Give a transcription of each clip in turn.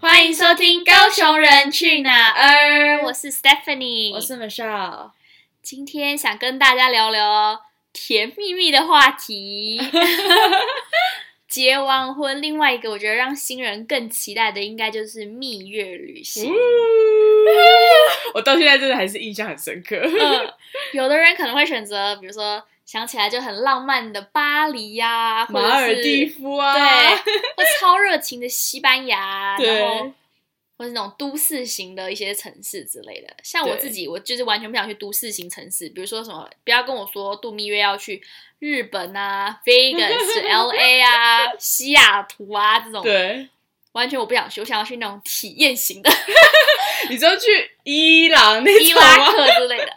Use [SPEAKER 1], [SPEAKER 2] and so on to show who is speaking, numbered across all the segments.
[SPEAKER 1] 欢迎收听《高雄人去哪儿》，我是 Stephanie，
[SPEAKER 2] 我是 Michelle。
[SPEAKER 1] 今天想跟大家聊聊甜蜜蜜的话 题。结完婚，另外一个我觉得让新人更期待的，应该就是蜜月旅行。
[SPEAKER 2] 我到现在真的还是印象很 深刻。
[SPEAKER 1] 嗯，有的人可能会选择，比如说想起来就很浪漫的巴黎呀、或者
[SPEAKER 2] 马尔
[SPEAKER 1] 是
[SPEAKER 2] 蒂夫啊，
[SPEAKER 1] 对， 或超热情的西班牙，
[SPEAKER 2] 对
[SPEAKER 1] 然后或是那种都市型的一些城市之类的。像我
[SPEAKER 2] 对
[SPEAKER 1] 自己，我就是完全不想去都市型城市，比如说什么，不要跟我说度蜜月要去日本啊、Vegas、L A 啊、西雅图啊这种，
[SPEAKER 2] 对
[SPEAKER 1] 完全我不想去，我想要去那种体验型的
[SPEAKER 2] 你知道去伊朗那
[SPEAKER 1] 伊
[SPEAKER 2] 种
[SPEAKER 1] 拉
[SPEAKER 2] 吗？
[SPEAKER 1] 克之类的，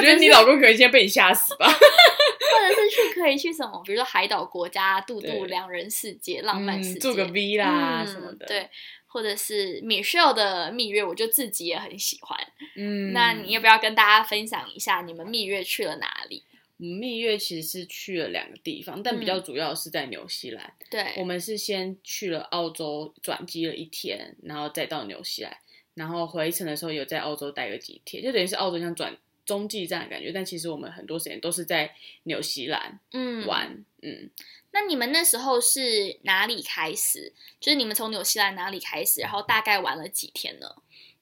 [SPEAKER 1] 或
[SPEAKER 2] 觉
[SPEAKER 1] 者
[SPEAKER 2] 得
[SPEAKER 1] 是
[SPEAKER 2] 你老公可能先被你吓死吧。
[SPEAKER 1] 或者是去可以去什么，比如说海岛国家度度
[SPEAKER 2] 对
[SPEAKER 1] 两人世界、浪漫世
[SPEAKER 2] 嗯，
[SPEAKER 1] 界，
[SPEAKER 2] 住个 V 啦什么的。
[SPEAKER 1] 嗯。，对，或者是 Michelle 的蜜月，我就自己也很喜欢。
[SPEAKER 2] 嗯，
[SPEAKER 1] 那你要不要跟大家分享一下你们蜜月去了哪里？
[SPEAKER 2] 我们蜜月其实是去了两个地方，但比
[SPEAKER 1] 嗯
[SPEAKER 2] 较主要是在纽西兰。我
[SPEAKER 1] 对，
[SPEAKER 2] 们是先去了澳洲转机了一天，然后再到纽西兰，然后回程的时候有在澳洲待个几天，就等于是澳洲像转中继站的感觉。但其实我们很多时间都是在纽西兰
[SPEAKER 1] 嗯，
[SPEAKER 2] 玩，嗯，
[SPEAKER 1] 那你们那时候是哪里开始？就是你们从纽西兰哪里开始，然后大概玩了几天呢？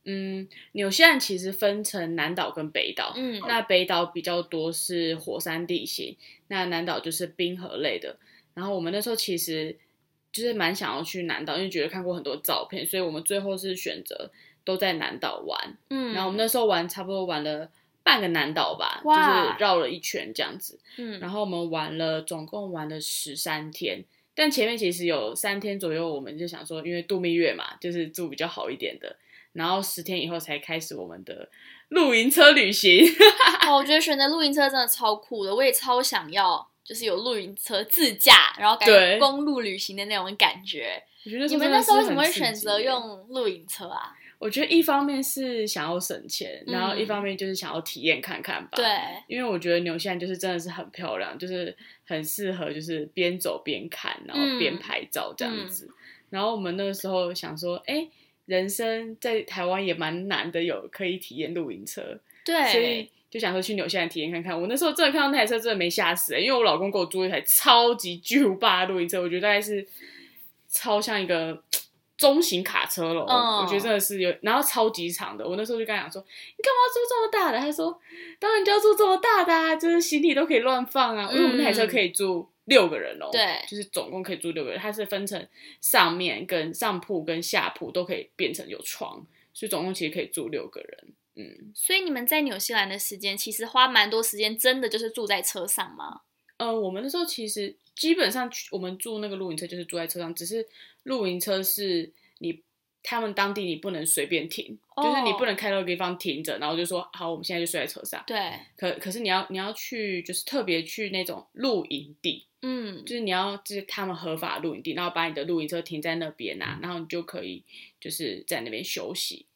[SPEAKER 2] 嗯，纽西兰其实分成南岛跟北岛。
[SPEAKER 1] 嗯，
[SPEAKER 2] 那北岛比较多是火山地形，那南岛就是冰河类的。然后我们那时候其实就是蛮想要去南岛，因为觉得看过很多照片，所以我们最后是选择都在南岛玩。
[SPEAKER 1] 嗯，
[SPEAKER 2] 然后我们那时候玩差不多玩了半个南岛吧，就
[SPEAKER 1] 哇
[SPEAKER 2] 是绕了一圈这样子。
[SPEAKER 1] 嗯，
[SPEAKER 2] 然后我们玩了，总共玩了十三天。但前面其实有三天左右，我们就想说，因为度蜜月嘛，就是住比较好一点的。然后十天以后才开始我们的露营车旅行。
[SPEAKER 1] 哦，我觉得选择露营车真的超酷的，我也超想要，就是有露营车自驾，然后感觉
[SPEAKER 2] 对
[SPEAKER 1] 公路旅行的那种感觉。
[SPEAKER 2] 我觉得
[SPEAKER 1] 你们那时候为什么会选择？用露营车啊？
[SPEAKER 2] 我觉得一方面是想要省钱，
[SPEAKER 1] 嗯
[SPEAKER 2] 然后一方面就是想要体验看看吧。
[SPEAKER 1] 对，，
[SPEAKER 2] 因为我觉得纽西兰就是真的是很漂亮，就是很适合就是边走边看，然后边拍照这样子。然后我们那个时候想说，哎、人生在台湾也蛮难的，有可以体验露营车，
[SPEAKER 1] 对，
[SPEAKER 2] 所以就想说去纽西兰体验看看。我那时候真的看到那台车，真的没吓死、欸因为我老公给我租一台超级巨无霸的露营车，我觉得大概是超像一个中型卡车了。
[SPEAKER 1] 嗯
[SPEAKER 2] 我觉得真的是有，然后超级长的。我那时候就跟他讲说：“你干嘛要租这么大的？”他说：“当然就要租这么大的啊，就是行李都可以乱放啊。
[SPEAKER 1] 嗯
[SPEAKER 2] 因为我们那台车可以住六个人哦、
[SPEAKER 1] 对
[SPEAKER 2] 就是总共可以住六个人，它是分成上面跟上铺跟下铺都可以变成有床，所以总共其实可以住六个人。嗯。
[SPEAKER 1] 所以你们在纽西兰的时间，其实花蛮多时间，真的就是住在车上吗？
[SPEAKER 2] 呃，我们那时候其实基本上去我们住那个露营车就是住在车上，只是露营车是你他们当地你不能随便停，就是你
[SPEAKER 1] 哦
[SPEAKER 2] 不能开到一个地方停着，然后就说好，我们现在就睡在车上。
[SPEAKER 1] 对，
[SPEAKER 2] 可可是你要你要去就是特别去那种露营地，
[SPEAKER 1] 嗯
[SPEAKER 2] 就是你要就是他们合法的露营地，然后把你的露营车停在那边啊，然后你就可以就是在那边休息。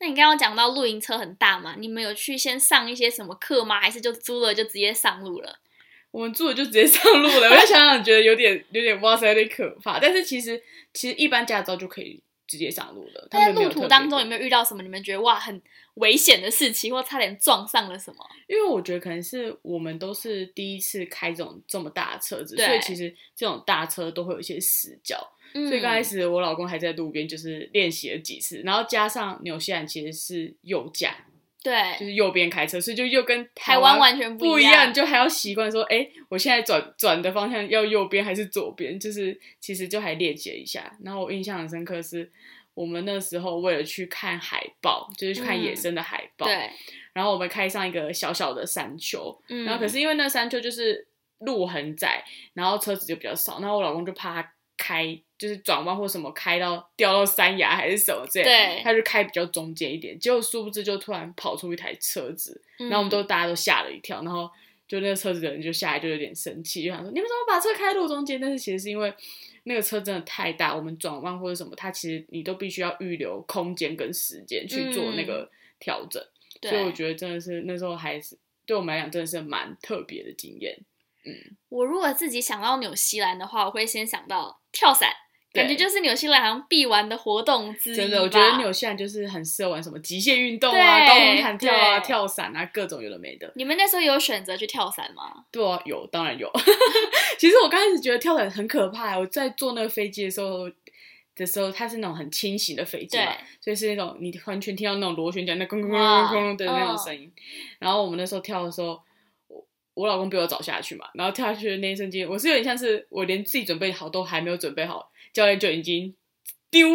[SPEAKER 1] 那你刚刚讲到露营车很大嘛，你们有去先上一些什么课吗？还是就租了就直接上路了？
[SPEAKER 2] 我们住的就直接上路了，我就想想觉得有点有点哇塞，有点可怕。但是其实其实一般驾照就可以直接上路了。他
[SPEAKER 1] 但在
[SPEAKER 2] 们
[SPEAKER 1] 路途当中有
[SPEAKER 2] 没有特
[SPEAKER 1] 没有遇到什么你们觉得哇很危险的事情，或差点撞上了什么？
[SPEAKER 2] 别规？因为我觉得可能是我们都是第一次开这种这么大的车子，
[SPEAKER 1] 对
[SPEAKER 2] 所以其实这种大车都会有一些死角。
[SPEAKER 1] 嗯
[SPEAKER 2] 所以刚开始我老公还在路边就是练习了几次，然后加上纽西兰其实是右驾，就
[SPEAKER 1] 对
[SPEAKER 2] 是右边开车，所以就又跟
[SPEAKER 1] 台湾
[SPEAKER 2] 湾
[SPEAKER 1] 完全
[SPEAKER 2] 不
[SPEAKER 1] 一
[SPEAKER 2] 一你就还要习惯说，哎、我现在转转的方向要右边还是左边？就是其实就还练习了一下。然后我印象很深刻是，我们那时候为了去看海豹，就是去看野生的海豹，
[SPEAKER 1] 嗯对，
[SPEAKER 2] 然后我们开上一个小小的山丘，
[SPEAKER 1] 嗯，
[SPEAKER 2] 然后可是因为那山丘就是路很窄，然后车子就比较少，然后我老公就怕他开就是转弯或什么开到掉到山崖还是什么之类的。
[SPEAKER 1] 对，
[SPEAKER 2] 他就开比较中间一点，结果殊不知就突然跑出一台车子，
[SPEAKER 1] 嗯
[SPEAKER 2] 然后我们都大家都吓了一跳，然后就那个车子的人就下来就有点生气，就想说你们怎么把车开路中间？但是其实是因为那个车真的太大，我们转弯或者什么，它其实你都必须要预留空间跟时间去做那个调整，
[SPEAKER 1] 嗯对
[SPEAKER 2] 所以我觉得真的是那时候还是对我们来讲真的是蛮特别的经验。
[SPEAKER 1] 我如果自己想到纽西兰的话，我会先想到跳伞感觉就是纽西兰好像必玩的活动之一吧。
[SPEAKER 2] 真的，我觉得纽西兰就是很适合玩什么极限运动啊、
[SPEAKER 1] 对
[SPEAKER 2] 高空弹跳啊、
[SPEAKER 1] 对
[SPEAKER 2] 跳伞啊，各种有的没的。
[SPEAKER 1] 你们那时候有选择去跳伞吗？
[SPEAKER 2] 对啊，有，当然有。 其实我刚开始觉得跳伞很可怕，欸我在坐那个飞机的时候的时候，它是那种很轻型的飞机嘛
[SPEAKER 1] 对，
[SPEAKER 2] 所以是那种你完全听到那种螺旋桨那咣咣
[SPEAKER 1] 哇
[SPEAKER 2] 咣咣的那种
[SPEAKER 1] 嗯
[SPEAKER 2] 声音。然后我们那时候跳的时候，我我老公比我早下去嘛，然后跳下去的那一瞬间，我是有点像是我连自己准备好都还没有准备好，教练就已经丢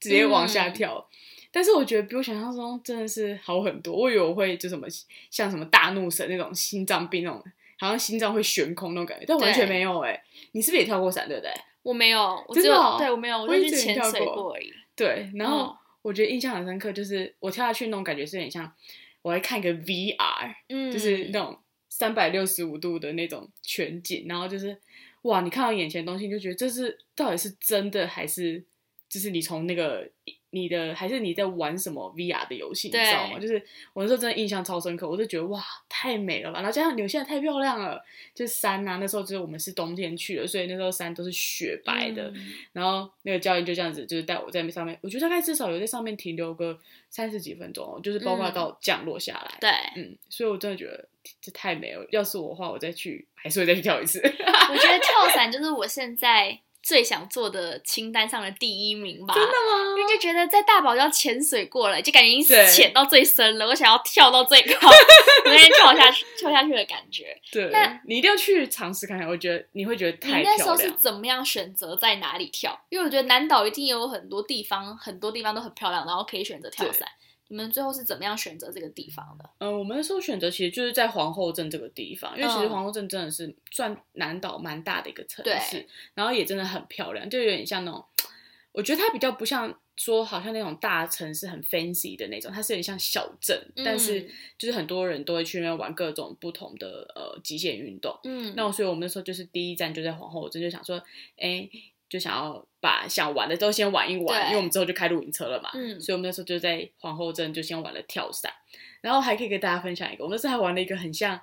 [SPEAKER 2] 直接往下跳了。但是我觉得比我想象中真的是好很多。我以为我会就什么像什么大怒神那种心脏病那种，好像心脏会悬空那种感觉，但完全
[SPEAKER 1] 对
[SPEAKER 2] 没有哎、你是不是也跳过伞对不对？
[SPEAKER 1] 我没有，我
[SPEAKER 2] 真
[SPEAKER 1] 只
[SPEAKER 2] 的
[SPEAKER 1] 有、
[SPEAKER 2] 哦
[SPEAKER 1] 对我没有，我
[SPEAKER 2] 我
[SPEAKER 1] 就
[SPEAKER 2] 一
[SPEAKER 1] 去
[SPEAKER 2] 直
[SPEAKER 1] 潜
[SPEAKER 2] 跳
[SPEAKER 1] 水
[SPEAKER 2] 过
[SPEAKER 1] 过而已。
[SPEAKER 2] 对，然后
[SPEAKER 1] 嗯
[SPEAKER 2] 我觉得印象很深刻，就是我跳下去那种感觉是有点像我在看一个 VR，、
[SPEAKER 1] 嗯，
[SPEAKER 2] 就是那种三百六十五度的那种全景，然后就是哇，你看到眼前的东西，你就觉得这是到底是真的还是就是你从那个你的还是你在玩什么 VR 的游戏，你
[SPEAKER 1] 对
[SPEAKER 2] 知道吗？就是我那时候真的印象超深刻，我就觉得哇，太美了吧！然后加上纽西兰太漂亮了，就山啊，那时候就是我们是冬天去的，所以那时候山都是雪白的，
[SPEAKER 1] 嗯
[SPEAKER 2] 然后那个教练就这样子，就是带我在上面，我觉得大概至少有在上面停留个三十几分钟哦，就是包括
[SPEAKER 1] 嗯
[SPEAKER 2] 到降落下来。
[SPEAKER 1] 对，
[SPEAKER 2] 嗯，所以我真的觉得这太美了。要是我的话，我再去还是会再去跳一次。
[SPEAKER 1] 我觉得跳伞就是我现在最想做的清单上的第一名吧。
[SPEAKER 2] 吗？
[SPEAKER 1] 因为就觉得在大堡要潜水过了，就感觉已经
[SPEAKER 2] 对
[SPEAKER 1] 潜到最深了，我想要跳到最高， 我那天跳下去，跳下去的感觉。
[SPEAKER 2] 对
[SPEAKER 1] 那，
[SPEAKER 2] 你一定要去尝试看看，我觉得你会觉得
[SPEAKER 1] 你
[SPEAKER 2] 太
[SPEAKER 1] 那时
[SPEAKER 2] 漂
[SPEAKER 1] 候是
[SPEAKER 2] 亮。
[SPEAKER 1] 怎么样选择在哪里跳？因为我觉得南岛一定有很多地方，很多地方都很漂亮，然后可以选择跳伞。你们最后是怎么样选择这个地方的？
[SPEAKER 2] 嗯、我们那时候选择其实就是在皇后镇这个地方，因为其实
[SPEAKER 1] 嗯
[SPEAKER 2] 皇后镇真的是算南岛蛮大的一个城
[SPEAKER 1] 对
[SPEAKER 2] 市，然后也真的很漂亮，就有点像那种，我觉得它比较不像说好像那种大城市很 fancy 的那种，它是有点像小镇，但
[SPEAKER 1] 嗯
[SPEAKER 2] 是就是很多人都会去那边玩各种不同的呃极限运动。
[SPEAKER 1] 嗯，
[SPEAKER 2] 那所以我们那时候就是第一站就在皇后镇，就想说，哎、就想要把想玩的都先玩一玩，
[SPEAKER 1] 对
[SPEAKER 2] 因为我们之后就开露营车了嘛。
[SPEAKER 1] 嗯
[SPEAKER 2] 所以我们那时候就在皇后镇就先玩了跳伞，然后还可以给大家分享一个，我们那时候还玩了一个很像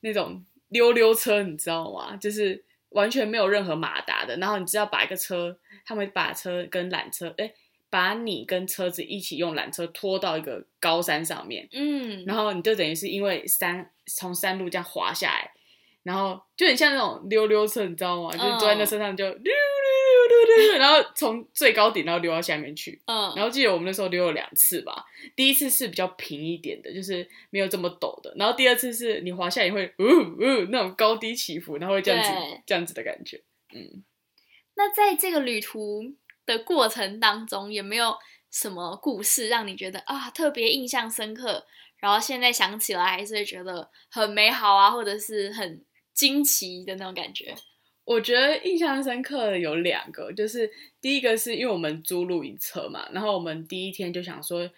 [SPEAKER 2] 那种溜溜车，你知道吗？就是完全没有任何马达的，然后你只要把一个车，他们把车跟缆车，哎、把你跟车子一起用缆车拖到一个高山上面，
[SPEAKER 1] 嗯，
[SPEAKER 2] 然后你就等于是因为山从山路这样滑下来，然后就很像那种溜溜车，你知道吗？就是坐在那车上就溜溜溜溜溜，然后从最高点然后溜到下面去。
[SPEAKER 1] 嗯，
[SPEAKER 2] 然后记得我们那时候溜了两次吧，第一次是比较平一点的，就是没有这么陡的，然后第二次是你滑下来会呜呜那种高低起伏，然后会这样子
[SPEAKER 1] 对
[SPEAKER 2] 这样子的感觉。
[SPEAKER 1] 那在这个旅途的过程当中，有没有什么故事让你觉得啊特别印象深刻？然后现在想起来还是会觉得很美好啊，或者是很惊奇的那种感觉。
[SPEAKER 2] 我觉得印象深刻的有两个，就是第一个是因为我们租露营车嘛，然后我们第一天就想说，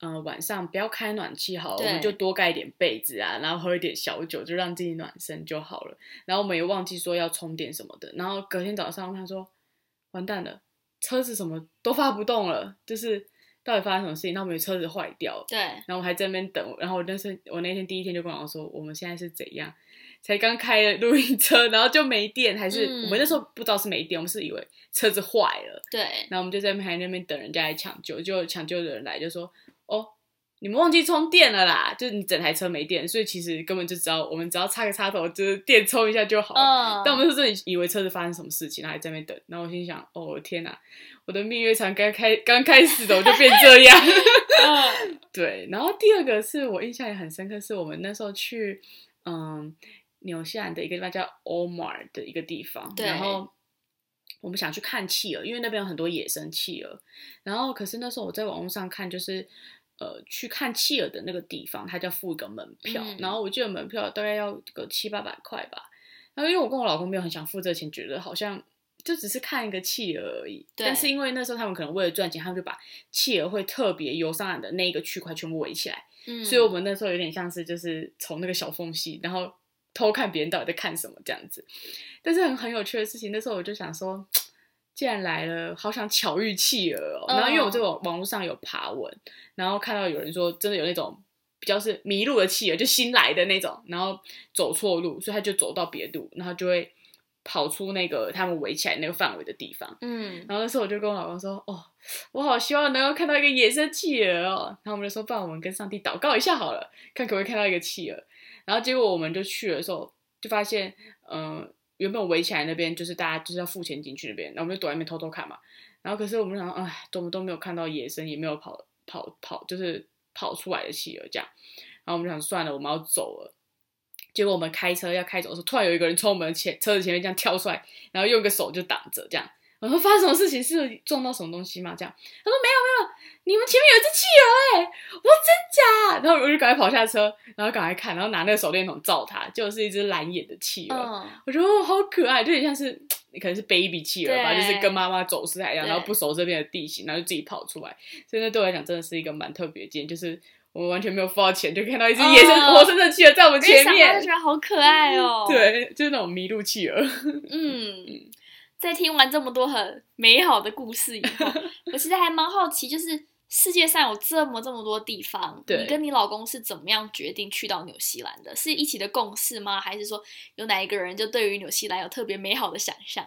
[SPEAKER 2] 呃，晚上不要开暖气好了，
[SPEAKER 1] 对
[SPEAKER 2] 我们就多盖一点被子啊，然后喝一点小酒，就让自己暖身就好了。然后我们也忘记说要充电什么的，然后隔天早上我想说，完蛋了，车子什么都发不动了，就是到底发生什么事情？那我们车子坏掉了。
[SPEAKER 1] 对，
[SPEAKER 2] 然后我还在那边等，然后我那时候我那天第一天就跟我老师说，我们现在是怎样，才刚开了露营车，然后就没电，还是、
[SPEAKER 1] 嗯
[SPEAKER 2] 我们那时候不知道是没电，我们是以为车子坏了，
[SPEAKER 1] 对，
[SPEAKER 2] 然后我们就在那边还在那边等人家来抢救，就抢救的人来就说，哦，你们忘记充电了啦，就是你整台车没电，所以其实根本就只要我们只要插个插头，就是电充一下就好了。
[SPEAKER 1] 嗯，
[SPEAKER 2] 但我们就真的以为车子发生什么事情，然后还在那边等。然后我心想：“哦，我的天哪、我的蜜月才刚开刚开始的，我就变这样。”
[SPEAKER 1] 嗯
[SPEAKER 2] 对，然后第二个是我印象也很深刻，是我们那时候去嗯纽西兰的一个地方叫 Omar 的一个地方，
[SPEAKER 1] 对
[SPEAKER 2] 然后我们想去看企鹅，因为那边有很多野生企鹅。然后可是那时候我在网络上看，就是呃去看企鹅的那个地方，它叫付一个门票，
[SPEAKER 1] 嗯
[SPEAKER 2] 然后我记得门票大概要个七八百块吧。然后因为我跟我老公没有很想付这个钱，觉得好像。就只是看一个企鹅而已，
[SPEAKER 1] 对
[SPEAKER 2] 但是因为那时候他们可能为了赚钱，他们就把企鹅会特别游上岸的那一个区块全部围起来，
[SPEAKER 1] 嗯，
[SPEAKER 2] 所以我们那时候有点像是就是从那个小缝隙，然后偷看别人到底在看什么这样子。但是很很有趣的事情，那时候我就想说，既然来了，好想巧遇企鹅哦。
[SPEAKER 1] 嗯
[SPEAKER 2] 然后因为我在网网络上有爬文，然后看到有人说真的有那种。比较是迷路的企鹅，就新来的那种，然后走错路，所以他就走到别路，然后就会跑出那个他们围起来那个范围的地方。
[SPEAKER 1] 嗯，
[SPEAKER 2] 然后那时候我就跟我老公说：“哦，我好希望能够看到一个野生企鹅哦。”然后我们就说：“不然我们跟上帝祷告一下好了，看可不可以看到一个企鹅。”然后结果我们就去的时候，就发现，嗯、原本围起来那边就是大家就是要付钱进去那边，然后我们就躲在那边偷偷看嘛。然后可是我们想说，哎，怎么都没有看到野生，也没有跑跑跑，就是跑出来的企鹅这样。然后我们就想算了，我们要走了。结果我们开车要开走的时候，突然有一个人从我们前车子前面这样跳出来，然后用一个手就挡着这样。我说发生什么事情？是有撞到什么东西吗？这样，他说没有没有，你们前面有一只企鹅哎、我说真假？然后我就赶快跑下车，然后赶快看，然后拿那个手电筒照它，就是一只蓝眼的企鹅。
[SPEAKER 1] 嗯，
[SPEAKER 2] 我觉得哦好可爱，就有点像是可能是 baby 企鹅吧，
[SPEAKER 1] 对
[SPEAKER 2] 就是跟妈妈走失海一样，
[SPEAKER 1] 对
[SPEAKER 2] 然后不熟这边的地形，然后就自己跑出来。所以那对我来讲真的是一个蛮特别的经验，就是我完全没有付到钱，就看到一只野生
[SPEAKER 1] 哦
[SPEAKER 2] 活生生的企鹅在我们前
[SPEAKER 1] 因为想到就
[SPEAKER 2] 面。
[SPEAKER 1] 觉得好可爱哦。，
[SPEAKER 2] 对，就是那种麋鹿企鹅。
[SPEAKER 1] 嗯，在听完这么多很美好的故事以后，我其实还蛮好奇，就是世界上有这么这么多地方，
[SPEAKER 2] 对
[SPEAKER 1] 你跟你老公是怎么样决定去到纽西兰的？是一起的共事吗？还是说有哪一个人就对于纽西兰有特别美好的想象？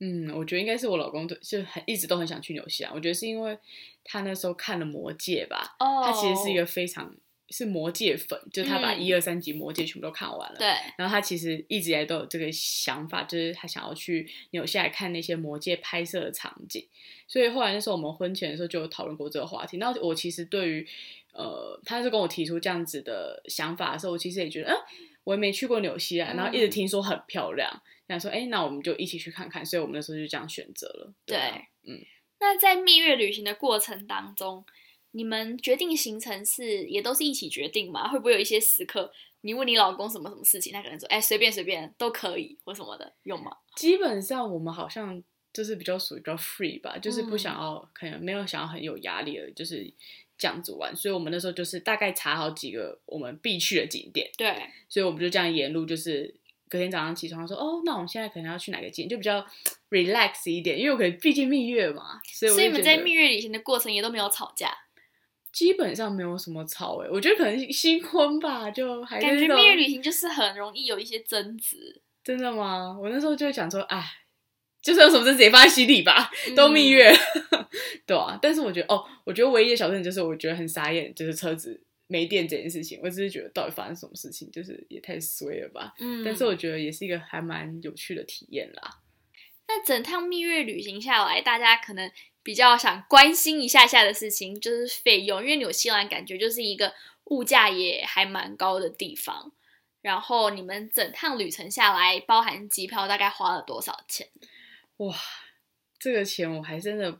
[SPEAKER 2] 嗯，我觉得应该是我老公对，是很一直都很想去纽西兰。我觉得是因为他那时候看了《魔戒》吧，
[SPEAKER 1] 哦，
[SPEAKER 2] 他其实是一个非常是《魔戒》粉，就是他把
[SPEAKER 1] 嗯
[SPEAKER 2] 一二三集《魔戒》全部都看完了。
[SPEAKER 1] 对，
[SPEAKER 2] 然后他其实一直以来都有这个想法，就是他想要去纽西兰看那些魔界拍摄的场景。所以后来那时候我们婚前的时候就有讨论过这个话题。那我其实对于呃，他是跟我提出这样子的想法的时候，我其实也觉得，嗯、我也没去过纽西兰，然后一直
[SPEAKER 1] 嗯
[SPEAKER 2] 听说很漂亮，想说，哎，那我们就一起去看看。所以我们那时候就这样选择了。啊
[SPEAKER 1] 对
[SPEAKER 2] 嗯，
[SPEAKER 1] 那在蜜月旅行的过程当中，你们决定行程是也都是一起决定吗？会不会有一些时刻，你问你老公什么什么事情，他可能说，哎、随便随便都可以或什么的，有吗？
[SPEAKER 2] 基本上我们好像就是比较属于比较 free 吧，就是不
[SPEAKER 1] 嗯
[SPEAKER 2] 想要、可能没有想要很有压力的，就是这样子玩。所以我们那时候就是大概查好几个我们必去的景点，
[SPEAKER 1] 对，
[SPEAKER 2] 所以我们就这样沿路就是。隔天早上起床说：“哦，那我们现在可能要去哪个景点？就比较 relax 一点，因为我可能毕竟蜜月嘛，所以我
[SPEAKER 1] 所
[SPEAKER 2] 就
[SPEAKER 1] 以你们
[SPEAKER 2] 觉
[SPEAKER 1] 在
[SPEAKER 2] 得
[SPEAKER 1] 蜜月旅行的过程也都没有吵架，
[SPEAKER 2] 基本上没有什么吵诶、我觉得可能新婚吧，就还是
[SPEAKER 1] 感觉
[SPEAKER 2] 那种
[SPEAKER 1] 蜜月旅行就是很容易有一些争执，
[SPEAKER 2] 真的吗？我那时候就想说，哎，就是有什么事直接放在心里吧，
[SPEAKER 1] 嗯
[SPEAKER 2] 都蜜月， 对啊。但是我觉得，哦，我觉得唯一的小事情就是，我觉得很傻眼，就是车子没电这件事情。我只是觉得，到底发生什么事情，就是也太衰了吧。
[SPEAKER 1] 嗯，
[SPEAKER 2] 但是我觉得也是一个还蛮有趣的体验啦。
[SPEAKER 1] 那整趟蜜月旅行下来，大家可能比较想关心一下下的事情就是费用，因为纽西兰感觉就是一个物价也还蛮高的地方。然后你们整趟旅程下来，包含机票大概花了多少钱？
[SPEAKER 2] 哇，这个钱我还真的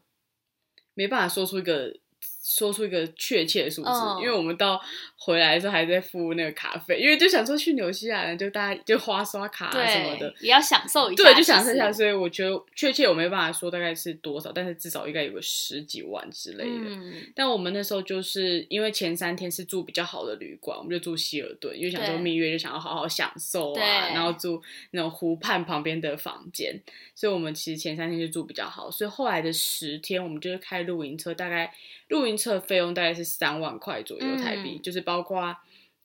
[SPEAKER 2] 没办法说出一个。说出一个确切的数字，
[SPEAKER 1] 嗯
[SPEAKER 2] 因为我们到回来的时候还在付那个卡费，因为就想说去纽西兰就大家就花刷卡啊什么的
[SPEAKER 1] 对，，也要享受一下。
[SPEAKER 2] 对，就想剩
[SPEAKER 1] 其
[SPEAKER 2] 下，
[SPEAKER 1] 实嗯
[SPEAKER 2] 所以我觉得确切我没办法说大概是多少，但是至少应该有个十几万之类的。
[SPEAKER 1] 嗯，
[SPEAKER 2] 但我们那时候就是因为前三天是住比较好的旅馆，我们就住希尔顿，因为想说
[SPEAKER 1] 对
[SPEAKER 2] 蜜月就想要好好享受
[SPEAKER 1] 对
[SPEAKER 2] 啊，然后住那种湖畔旁边的房间，所以我们其实前三天就住比较好，所以后来的十天我们就是开露营车，大概露营车的费用大概是三万块左右台币，
[SPEAKER 1] 嗯
[SPEAKER 2] 就是包括。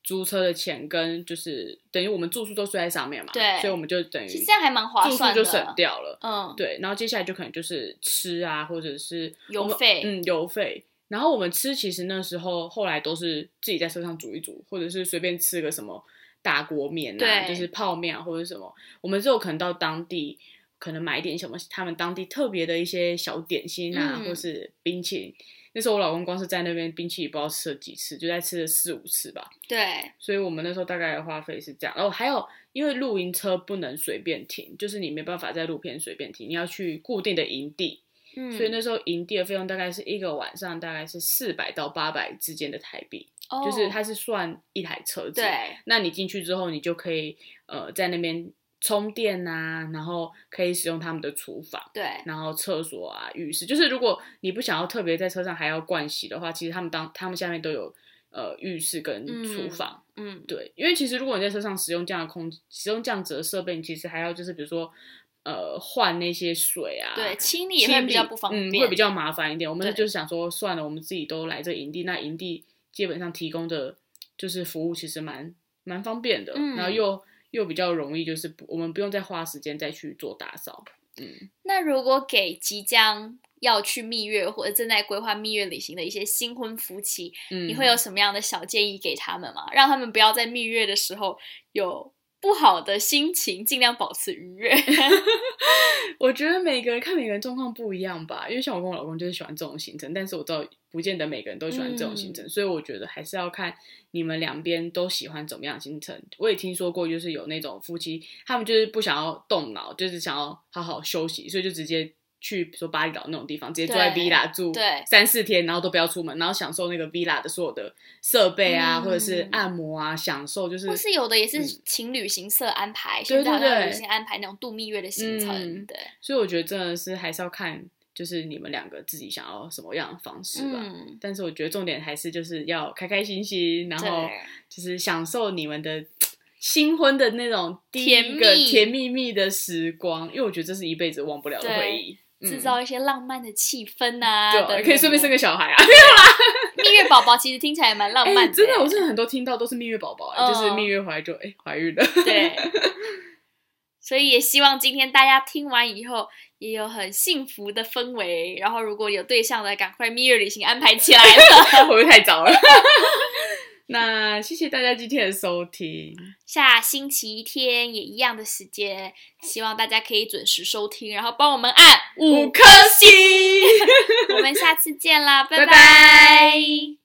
[SPEAKER 2] 租车的钱跟就是等于我们住宿都睡在上面嘛，
[SPEAKER 1] 对
[SPEAKER 2] 所以我们就等于
[SPEAKER 1] 其实这样还蛮划
[SPEAKER 2] 住
[SPEAKER 1] 算
[SPEAKER 2] 宿
[SPEAKER 1] 的。
[SPEAKER 2] 就省掉了。
[SPEAKER 1] 嗯，
[SPEAKER 2] 对，然后接下来就可能就是吃啊，或者是
[SPEAKER 1] 油
[SPEAKER 2] 我们
[SPEAKER 1] 费
[SPEAKER 2] 嗯，油费。然后我们吃，其实那时候后来都是自己在车上煮一煮，或者是随便吃个什么大锅面啊，
[SPEAKER 1] 对
[SPEAKER 2] 就是泡面啊，或者什么。我们只有可能到当地，可能买一点什么他们当地特别的一些小点心啊，
[SPEAKER 1] 嗯
[SPEAKER 2] 或是冰淇淋。那时候我老公光是在那边冰淇淋不知道吃了几次，就在吃了四五次吧。
[SPEAKER 1] 对，
[SPEAKER 2] 所以我们那时候大概的花费是这样。然后还有，因为露营车不能随便停，就是你没办法在路边随便停，你要去固定的营地。
[SPEAKER 1] 嗯，
[SPEAKER 2] 所以那时候营地的费用大概是一个晚上大概是四百到八百之间的台币，
[SPEAKER 1] 哦
[SPEAKER 2] 就是它是算一台车子。
[SPEAKER 1] 对，
[SPEAKER 2] 那你进去之后，你就可以呃在那边充电啊，然后可以使用他们的厨房。
[SPEAKER 1] 对，
[SPEAKER 2] 然后厕所啊、浴室，就是如果你不想要特别在车上还要盥洗的话，其实他们当他们下面都有呃浴室跟
[SPEAKER 1] 嗯
[SPEAKER 2] 厨房，
[SPEAKER 1] 嗯，
[SPEAKER 2] 对，因为其实如果你在车上使用这样的空，使用这样子的设备，你其实还要就是比如说，呃，换那些水啊，
[SPEAKER 1] 对，清理
[SPEAKER 2] 清
[SPEAKER 1] 也
[SPEAKER 2] 理，
[SPEAKER 1] 会比较不方便，
[SPEAKER 2] 嗯，会比较麻烦一点。我们
[SPEAKER 1] 对
[SPEAKER 2] 就是想说，算了，我们自己都来这营地，那营地基本上提供的就是服务其实蛮蛮方便的，
[SPEAKER 1] 嗯
[SPEAKER 2] 然后又又比较容易，就是不我们不用再花时间再去做打扫。嗯，
[SPEAKER 1] 那如果给即将要去蜜月或者正在规划蜜月旅行的一些新婚夫妻，
[SPEAKER 2] 嗯
[SPEAKER 1] 你会有什么样的小建议给他们吗？让他们不要在蜜月的时候有不好的心情，尽量保持愉悦。
[SPEAKER 2] 我觉得每个人看每个人状况不一样吧，因为像我跟我老公就是喜欢这种行程，但是我知道不见得每个人都喜欢这种
[SPEAKER 1] 嗯
[SPEAKER 2] 行程，所以我觉得还是要看你们两边都喜欢怎么样的行程。我也听说过，就是有那种夫妻，他们就是不想要动脑，就是想要好好休息，所以就直接。去比如说巴厘岛那种地方，直接住在
[SPEAKER 1] 对
[SPEAKER 2] villa 住
[SPEAKER 1] 对
[SPEAKER 2] 三四天，然后都不要出门，然后享受那个 villa 的所有的设备啊，
[SPEAKER 1] 嗯
[SPEAKER 2] 或者是按摩啊，享受就 是
[SPEAKER 1] 或是有的也是
[SPEAKER 2] 嗯
[SPEAKER 1] 请旅行社安排，
[SPEAKER 2] 对
[SPEAKER 1] 现在好像
[SPEAKER 2] 对
[SPEAKER 1] 有
[SPEAKER 2] 对
[SPEAKER 1] 旅行安排那种度蜜月的行程，
[SPEAKER 2] 嗯
[SPEAKER 1] 对，
[SPEAKER 2] 所以我觉得真的是还是要看，就是你们两个自己想要什么样的方式吧。
[SPEAKER 1] 嗯，
[SPEAKER 2] 但是我觉得重点还是就是要开开心心，然后
[SPEAKER 1] 对。
[SPEAKER 2] 就是享受你们的新婚的那种第
[SPEAKER 1] 甜
[SPEAKER 2] 一个
[SPEAKER 1] 蜜
[SPEAKER 2] 甜蜜蜜的时光，因为我觉得这是一辈子忘不了的
[SPEAKER 1] 对
[SPEAKER 2] 回忆。
[SPEAKER 1] 制
[SPEAKER 2] 嗯
[SPEAKER 1] 造一些浪漫的气氛啊，等
[SPEAKER 2] 对，
[SPEAKER 1] 等
[SPEAKER 2] 可以顺便
[SPEAKER 1] 的
[SPEAKER 2] 生个小孩啊！
[SPEAKER 1] 蜜月宝宝，其实听起来也蛮浪
[SPEAKER 2] 哎、
[SPEAKER 1] 漫的、欸
[SPEAKER 2] 真的，我真的很多听到都是蜜月宝宝、哎就是
[SPEAKER 1] 嗯
[SPEAKER 2] 蜜月怀就哎怀、孕了。
[SPEAKER 1] 对。所以也希望今天大家听完以后也有很幸福的氛围，然后如果有对象的，赶快蜜月旅行安排起来了。
[SPEAKER 2] 会不会太早了？ 那谢谢大家今天的收听，
[SPEAKER 1] 下星期天也一样的时间，希望大家可以准时收听，然后帮我们按五
[SPEAKER 2] 五颗星。
[SPEAKER 1] 我们下次见啦，拜
[SPEAKER 2] 拜
[SPEAKER 1] 拜